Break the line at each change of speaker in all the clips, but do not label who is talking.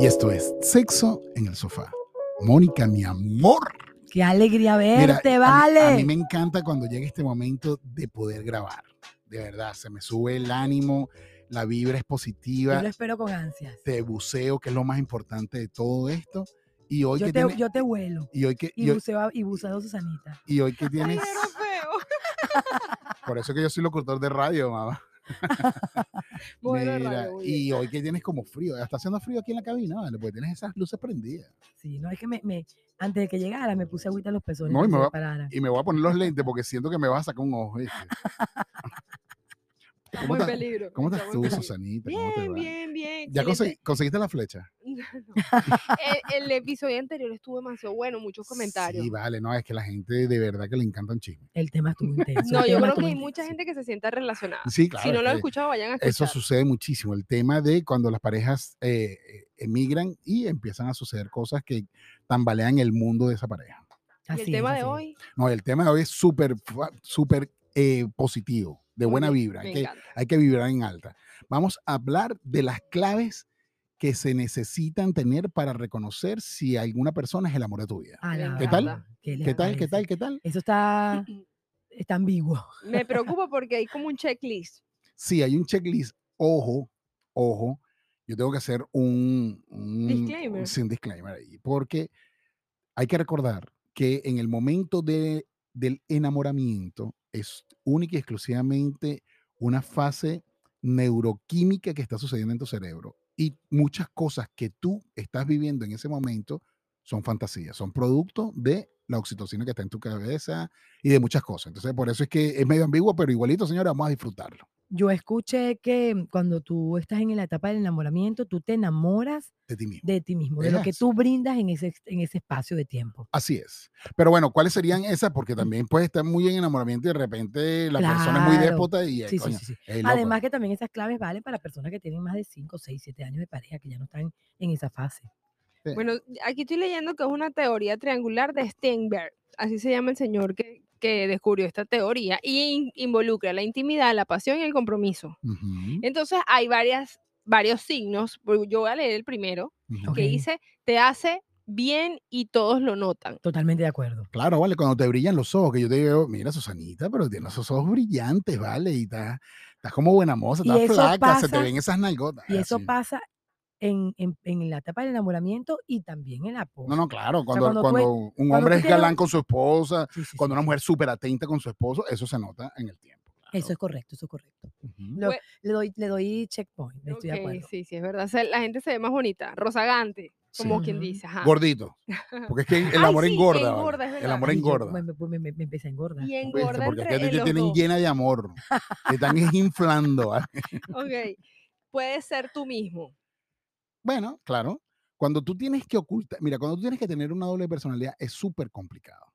Y esto es Sexo en el Sofá. Mónica, mi amor.
Qué alegría
Mira,
verte,
a mí-
vale.
A mí, me encanta cuando llega este momento de poder grabar. De verdad, se me sube el ánimo, la vibra es
Yo
positiva,
lo espero con ansias.
te buceo, que es lo más importante de todo esto. Y hoy
Yo
que
te,
tiene-
yo te vuelo.
y hoy que
Y,
y hoy-
buceo a- y buceo a Susanita.
y hoy que tienes
feo.
por eso que yo soy locutor de radio, mamá.
Modelo de
Mira,
radio, muy bien.
y hoy que tienes como frío, está haciendo frío aquí en la cabina, vale, porque tienes esas luces prendidas.
Sí, no es que me, me- antes de que llegara me puse agüita en los pezones.
No, y
que
me
se
va-
me pararan.
Y me voy a poner los lentes porque siento que me vas a sacar un ojo. ¿viste?
Estamos
¿Cómo
en
estás,
peligro.
cómo estás
estamos
tú,
en peligro.
Susanita? ¿Cómo te
Bien,
va?
bien, bien.
¿Ya
excelente.
consegui- conseguiste la flecha?
No. el, el episodio anterior estuvo demasiado bueno, muchos comentarios.
Sí, vale, no, es que la gente de verdad que le encanta un chisme.
El tema estuvo intenso. el
no, yo
tema
creo
estuvo
que hay
intenso.
mucha gente que se sienta relacionada.
Sí, claro.
Ah, si no
es
lo han
que
escuchado, vayan a escuchar.
eso sucede muchísimo. El tema de cuando las parejas eh, eh, emigran y empiezan a suceder cosas que tambalean el mundo de esa pareja.
Y
Así
el
es,
tema
así
de
es.
hoy.
No, el tema de hoy es súper, fa- súper eh, positivo, de
muy
buena
bien,
vibra.
Me
Hay que,
encanta.
hay que vibrar en alta. Vamos a hablar de las claves que se necesitan tener para reconocer si alguna persona es el amor de tu vida.
A Ah, la
¿Qué
tal?
brava, les
¿Qué tal? ¿Qué
parece?
tal? ¿Qué tal?
Eso está, está ambiguo.
Me preocupa porque hay como un checklist.
Sí, hay un checklist. Ojo, ojo, yo tengo que hacer un, un-
Disclaimer.
sí, un disclaimer ahí, porque hay que recordar que en el momento de, del enamoramiento es única y exclusivamente una fase neuroquímica que está sucediendo en tu cerebro y muchas cosas que tú estás viviendo en ese momento son fantasías, son producto de la oxitocina que está en tu cabeza y de muchas cosas. Entonces, por eso es que es medio ambiguo, pero igualito, señora, vamos a disfrutarlo.
Yo escuché que cuando tú estás en la etapa del enamoramiento, tú te enamoras
de ti mismo.
de ti mismo, de lo que
Es.
tú brindas en ese, en ese espacio de tiempo.
Así es. Pero bueno, ¿cuáles serían esas? Porque también puedes estar muy en enamoramiento y de repente la persona es muy
Claro.
déspota y eh,
Sí, sí,
coño,
sí, sí.
eh, loco.
Además que también esas claves valen para personas que tienen más de 5, 6, 7 años de pareja, que ya no están en esa fase.
Sí.
Bueno, aquí estoy leyendo que es una teoría triangular de Steinberg. Así se llama el señor que, que descubrió esta teoría. Y in- involucra la intimidad, la pasión y el compromiso.
Ujú,
Entonces hay varias, varios signos. pero Yo voy a leer el primero,
ujú.
Ok.
que dice, te hace bien y todos lo notan.
Totalmente de acuerdo.
Claro, vale, cuando te brillan los ojos, que yo te veo, mira, Susanita, pero tienes esos ojos brillantes, vale, y estás, estás como buena moza,
Y
estás
eso
flaca, se te
pasa-
ven esas nalgotas.
Y eso
así.
pasa en, en- en la etapa del enamoramiento y también en la pos.
No, no, claro, cuando,
cuando tú
cuando
es-
un
tú
hombre es
tienes un-
galán con su esposa,
Sí, sí, sí,
cuando una
sí.
mujer súper atenta con su esposo, eso se nota en el tiempo. claro.
Eso es correcto, eso es correcto.
Ujú.
Lo-
Pues-
le, doy, le doy checkpoint, estoy de
Ok,
acuerdo.
sí, sí, es verdad. se- la gente se ve más bonita, rozagante, como
Sí.
quien
Ujú.
dice. ajá.
Gordito. Porque es que el
Ay,
amor
sí,
engorda. vale,
engorda, es
el
verdad.
amor
Y yo
engorda.
me, me- me- me empecé a engordar.
Y
¿Viste?
engorda
Porque
entre
es que a
en
ti te
los
tienen
dos.
llena de amor. Te están es inflando. ¿vale?
Ok, puedes ser tú mismo.
Bueno, claro. Cuando tú tienes que ocultar, mira, cuando tú tienes que tener una doble personalidad es súper complicado.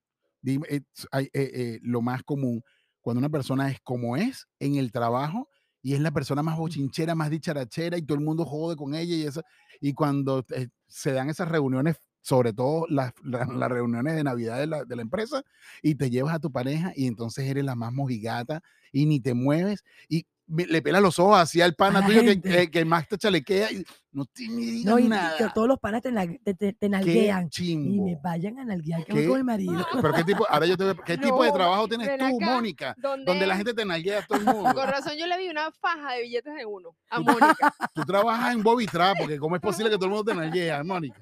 Dime, eh, s- hay, eh, eh, lo más común, cuando una persona es como es en el trabajo y es la persona más bochinchera, más dicharachera y todo el mundo jode con ella y eso. Y cuando eh, se dan esas reuniones, sobre todo las, la- las reuniones de Navidad de la, de la empresa, y te llevas a tu pareja y entonces eres la más mojigata y ni te mueves y me- le pelas los ojos hacia el pana
la
tuyo que,
gente.
que- que más te chalequea y no te ni digas
No, y, y que
nada.
todos los panas te, nalgue- te, te- te
Qué
nalguean. Y
chimbo.
me vayan a nalguear que voy
¿Qué?
con el marido.
Pero qué tipo, ahora yo te veo, ¿qué tipo de
No,
trabajo tienes
ven
tú,
acá,
Mónica?
Donde,
Donde la gente te nalguea a todo el mundo.
Con razón yo le vi una faja de billetes de uno a Mónica.
Tú trabajas en Bobitra, porque ¿cómo es posible que todo el mundo te nalguea, Mónica?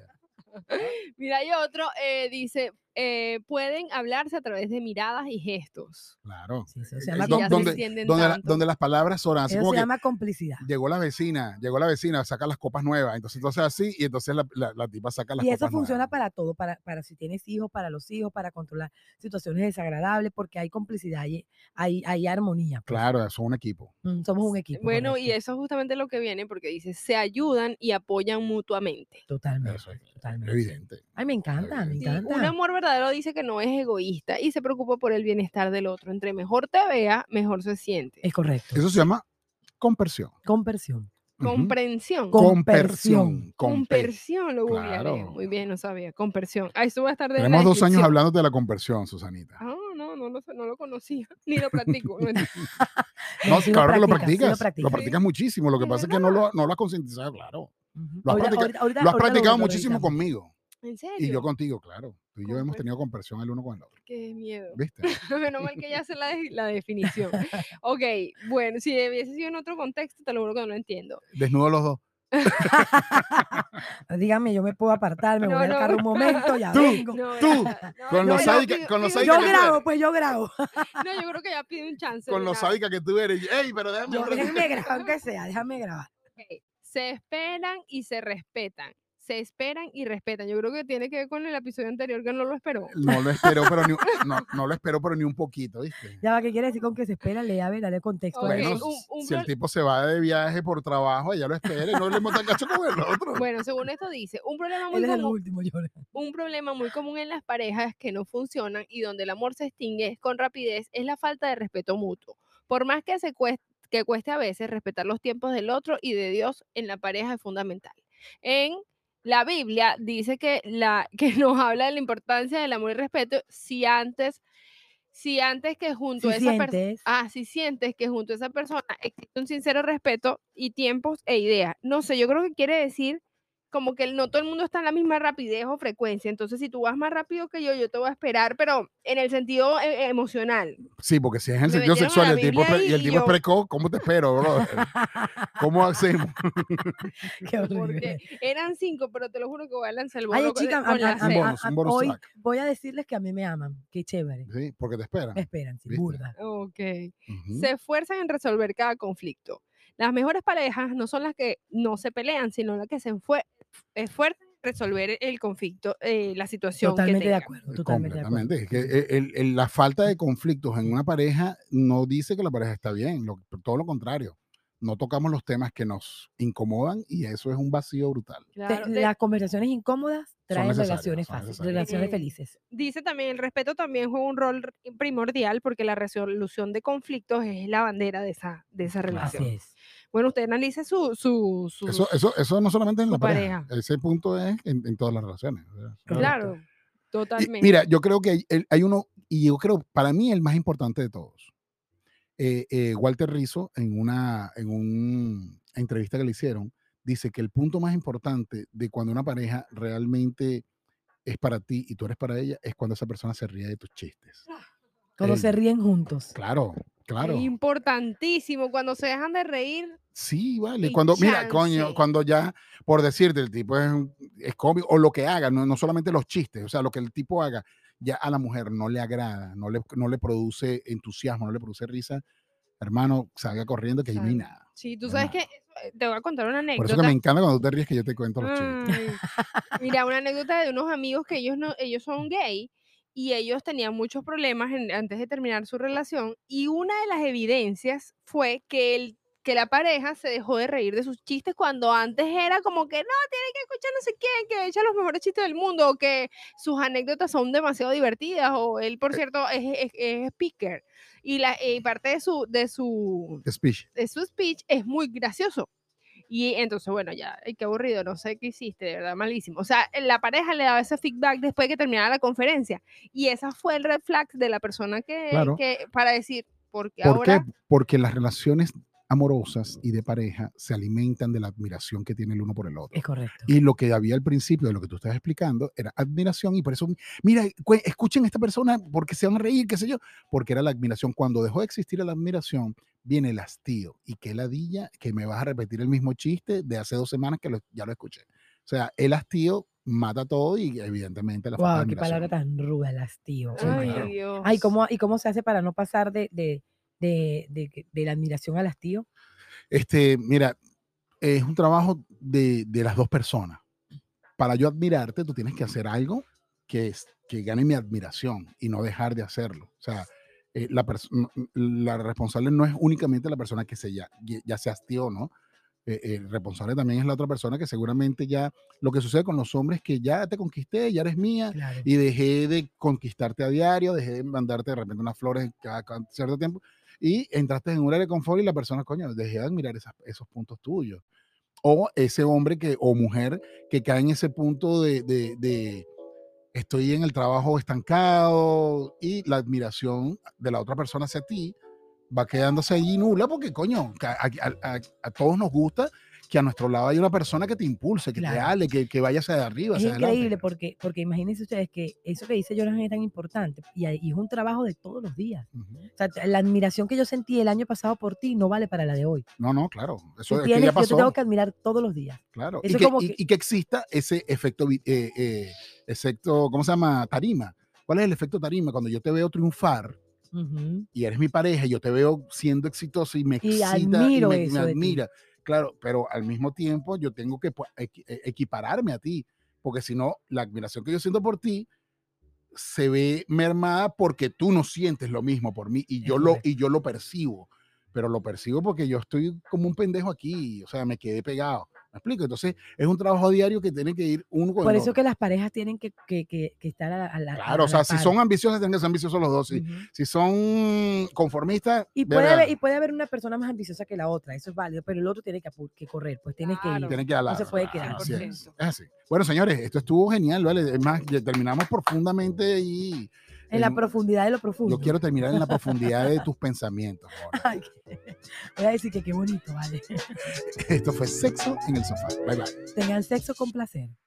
Mira, hay otro, eh, dice, eh, pueden hablarse a través de miradas y gestos.
Claro.
Sí, eso
Eh,
se
eh,
llama
Así ya se
¿dónde-
complicidad.
extienden
Donde, la-
tanto.
donde las palabras sonan así
Eso
como
se
que
llama complicidad.
llegó la vecina, llegó la vecina, saca las copas nuevas. Entonces tú haces así y entonces la, la- la tipa saca las
Y
copas
eso funciona
nuevas.
para todo, para, para si tienes hijos, para los hijos, para controlar situaciones desagradables, porque hay complicidad, hay, hay, hay armonía. pues.
Claro, son un equipo.
Mm, Somos un equipo.
Bueno, y
correcto.
eso es justamente lo que viene porque dice, se ayudan y apoyan mutuamente.
Totalmente,
Eso es
totalmente.
evidente.
Ay, me encanta, me
Sí,
Sí, un
encanta.
amor verdadero dice que no es egoísta y se preocupa por el bienestar del otro. Entre mejor te vea, mejor se siente.
Es correcto.
Eso se llama compersión.
Compersión.
Ujú.
Comprensión.
Con-
Compersión. compe-
Compersión, lo googlearé.
Claro.
Muy bien, no sabía. Compersión. Ah, eso va a estar de
Tenemos dos años hablando de la conversión, Susanita.
Ah, no, no, lo sé, no lo conocía, ni lo platico.
No,
sí lo
claro que lo
practicas, sí lo
practicas. Lo
practicas.
practicas muchísimo. Lo que
Es
pasa es que no lo, no lo has concientizado, claro.
Ujú.
Lo has practicado-
ahorita-
Lo has
ahorita
practicado
lo
muchísimo
revisamos.
conmigo
¿En serio?
y yo contigo, claro. Tú y yo
¿Cómo
hemos
fue?
tenido conversión el uno con el otro.
Qué miedo.
¿Viste?
Menos mal que ya sé la, de- la definición. Ok, bueno, si hubiese sido en otro contexto, te lo juro que no lo entiendo.
Desnudo los dos.
Dígame, yo me puedo apartar, me
No,
voy al
no.
carro un momento, ya
Tú,
vengo.
No,
Tú,
nada, no,
con
no,
lo
yo
sádica-
pido-
con lo
pido-
sádica
Yo
que tú
grabo,
eres.
pues yo grabo.
No, yo creo que ya pide un chance.
Con
de
lo
una
sádica que tú eres. ¡Ey, pero déjame!
Yo,
un ratito.
déjame grabar, aunque sea, déjame grabar.
Ok, Se esperan y se respetan. Se esperan y respetan. Yo creo que tiene que ver con el episodio anterior que no lo esperó.
No lo espero, pero ni, un- no, no lo espero, pero ni un poquito, ¿viste?
Ya va, ¿qué quiere decir con que se espera? Le a ver, dale contexto. a
Ok,
Bueno,
eso.
un- un
si el
plan-
tipo se va de viaje por trabajo, ya lo espere, no le montan cacho con el otro.
Bueno, según esto dice, un problema muy
Él es el
común,
último, yo.
un problema muy común en las parejas que no funcionan y donde el amor se extingue con rapidez es la falta de respeto mutuo. Por más que se cueste, que cueste a veces respetar los tiempos del otro y de Dios en la pareja es fundamental. En la Biblia dice que la que nos habla de la importancia del amor y respeto si antes si antes que junto
Si
a esa persona
sientes,
Ah, si sientes que junto a esa persona existe un sincero respeto y tiempos e ideas. No sé, yo creo que quiere decir como que no todo el mundo está en la misma rapidez o frecuencia. Entonces, si tú vas más rápido que yo, yo te voy a esperar, pero en el sentido e- emocional.
Sí, porque si es en
Me
sentido
metieron a
sexual
la
el tipo es
Biblia
pre- y el
y
tipo es
yo-
precoz, ¿cómo te espero, bro? ¿Cómo hacemos?
qué
Porque
horrible.
eran cinco, pero te lo juro que voy a lanzar el
Ay,
bolo con-
chicas,
con la
a-
C.
bonus, un bonus
hoy
track.
voy a decirles que a mí me aman. Qué chévere.
Sí, porque te esperan.
Me esperan, sí,
Ah, ¿Viste?
burda.
Ok.
Ujú.
Se esfuerzan en resolver cada conflicto. Las mejores parejas no son las que no se pelean, sino las que se enfue- esfuerzan en resolver el conflicto, eh, la situación. que
Totalmente de
tengan.
acuerdo, totalmente de acuerdo.
Eh, Completamente. Es que eh, el- el- el- la falta de conflictos en una pareja no dice que la pareja está bien, lo- todo lo contrario. No tocamos los temas que nos incomodan y eso es un vacío brutal.
Te-
Claro, de-
las conversaciones incómodas traen
necesarias,
relaciones
son
fáciles,
necesarias.
relaciones
Eh,
felices.
dice también, el respeto también juega un rol r- primordial porque la resolución de conflictos es la bandera de esa, de esa
Claro.
Así
relación.
es.
Bueno, usted analice su... su, su-
Eso, eso, eso no solamente en
su
la pareja, ese punto es en, en todas las relaciones. o sea,
Correcto.
Claro,
Y
totalmente.
mira, yo creo que hay, el- hay uno, y yo creo, para mí el más importante de todos, Eh, eh, Walter Rizzo, en una en un entrevista que le hicieron, dice que el punto más importante de cuando una pareja realmente es para ti y tú eres para ella, es cuando esa persona se ríe de tus chistes.
Cuando
Ey,
se ríen juntos.
Claro, claro.
Es importantísimo. Cuando se dejan de reír,
Sí, vale.
Y
Cuando, mira, coño,
chance.
cuando ya, por decirte, el tipo es, un- es cómico, o lo que haga, no, no solamente los chistes, o sea, lo que el tipo haga, ya a la mujer no le agrada, no le, no le produce entusiasmo, no le produce risa, hermano, salga corriendo que ahí no hay
Salga.
nada.
sí, tú
Es
sabes que...
nada.
eso- eh, Te voy a contar una
Por
anécdota.
eso que me encanta cuando tú te ríes que yo te cuento los chistes.
Ay, Mm, Mira, una anécdota de unos amigos que ellos no, ellos son gay y ellos tenían muchos problemas en- antes de terminar su relación y una de las evidencias fue que el que la pareja se dejó de reír de sus chistes cuando antes era como que no, tiene que escuchar no sé quién, que echa los mejores chistes del mundo, o que sus anécdotas son demasiado divertidas, o él, por cierto, es, es- es speaker. Y, la, y parte de su, de su
Speech.
de eh, su speech es muy gracioso. Y entonces, bueno, ya, ay, qué aburrido, no sé qué hiciste, de verdad, malísimo. O sea, la pareja le daba ese feedback después de que terminaba la conferencia. Y esa fue el red flag de la persona que,
Claro.
que- para decir, porque
¿Por
ahora
qué? Porque las relaciones amorosas y de pareja se alimentan de la admiración que tiene el uno por el otro.
Es correcto.
Y lo que había al principio de lo que tú estás explicando era admiración y por eso, mira, cu- escuchen a esta persona porque se van a reír, qué sé yo, porque era la admiración. Cuando dejó de existir la admiración, viene el hastío y qué ladilla que me vas a repetir el mismo chiste de hace dos semanas que lo- ya lo escuché. O sea, el hastío mata todo y evidentemente la falta de
Wow, qué palabra
admiración.
tan ruda, las tío.
Sí,
Ay,
claro.
Dios.
Ay, ¿cómo, ¿y cómo se hace para no pasar de, de, de, de, que- de la admiración al hastío?
Este, mira, es un trabajo de, de las dos personas. Para yo admirarte, tú tienes que hacer algo que, es, que gane mi admiración y no dejar de hacerlo. O sea, eh, la, pers- n- n- la responsable no es únicamente la persona que se ya, ya- ya se hastió, ¿no? Eh, el responsable también es la otra persona que seguramente ya lo que sucede con los hombres es que ya te conquisté, ya eres mía,
Claro.
y dejé de conquistarte a diario, dejé de mandarte de repente unas flores cada, cada cierto tiempo y entraste en un área de confort y la persona, coño, dejé de admirar esas- esos puntos tuyos. O ese hombre que, o mujer que cae en ese punto de, de- de estoy en el trabajo estancado y la admiración de la otra persona hacia ti va quedándose allí nula porque, coño, ca- a, a- a- a todos nos gusta que a nuestro lado hay una persona que te impulse, que te
Claro.
hable, que, que vaya hacia arriba.
Es
hacia adelante. pues.
increíble porque, porque imagínense ustedes que eso que dice Jonathan es tan importante y, hay- y es un trabajo de todos los días.
Ujú.
O sea, la admiración que yo sentí el año pasado por ti no vale para la de hoy.
No, no, claro.
Tú
Eso es que
tienes-
ya
yo te tengo
pasó.
que admirar todos los días.
Claro.
eso
y, que,
como
y-
que-
y que exista ese efecto, vi- eh, eh, efecto, ¿cómo se llama? Tarima. ¿Cuál es el efecto tarima? Cuando yo te veo triunfar
Ujú.
y eres mi pareja, y yo te veo siendo exitoso y me
Y
excita
admiro
y me- me,
eso de ti.
admira. Claro, pero al mismo tiempo yo tengo que pues, equi- eh, equipararme a ti, porque si no, la admiración que yo siento por ti se ve mermada porque tú no sientes lo mismo por mí y
Es
yo lo
correcto.
y yo lo percibo, pero lo percibo porque yo estoy como un pendejo aquí, o sea, me quedé pegado. ¿Me explico? Entonces, es un trabajo diario que tiene que ir uno con
Por
el
eso
otro.
que las parejas tienen que, que, que- que estar a la, a la- a
Claro, o
la
sea, si
par.
son ambiciosos, tienen que ser ambiciosos los dos. Si,
Ujú.
si son conformistas,
Y puede,
verga,
haber, y puede haber una persona más ambiciosa que la otra, eso es válido, pero el otro tiene que, apu- que correr, pues tienes
Claro.
que ir.
Tienen que hablar.
se puede quedar,
así
por
es,
supuesto.
es así. Bueno, señores, esto estuvo genial, ¿vale? Es más, ya terminamos profundamente y
En la
en-
profundidad de lo profundo.
yo quiero terminar en la profundidad de tus pensamientos. ahora.
Ay, qué- Voy a decir que qué bonito, vale.
Esto fue Sexo en el Sofá. Bye bye.
Tengan sexo con placer.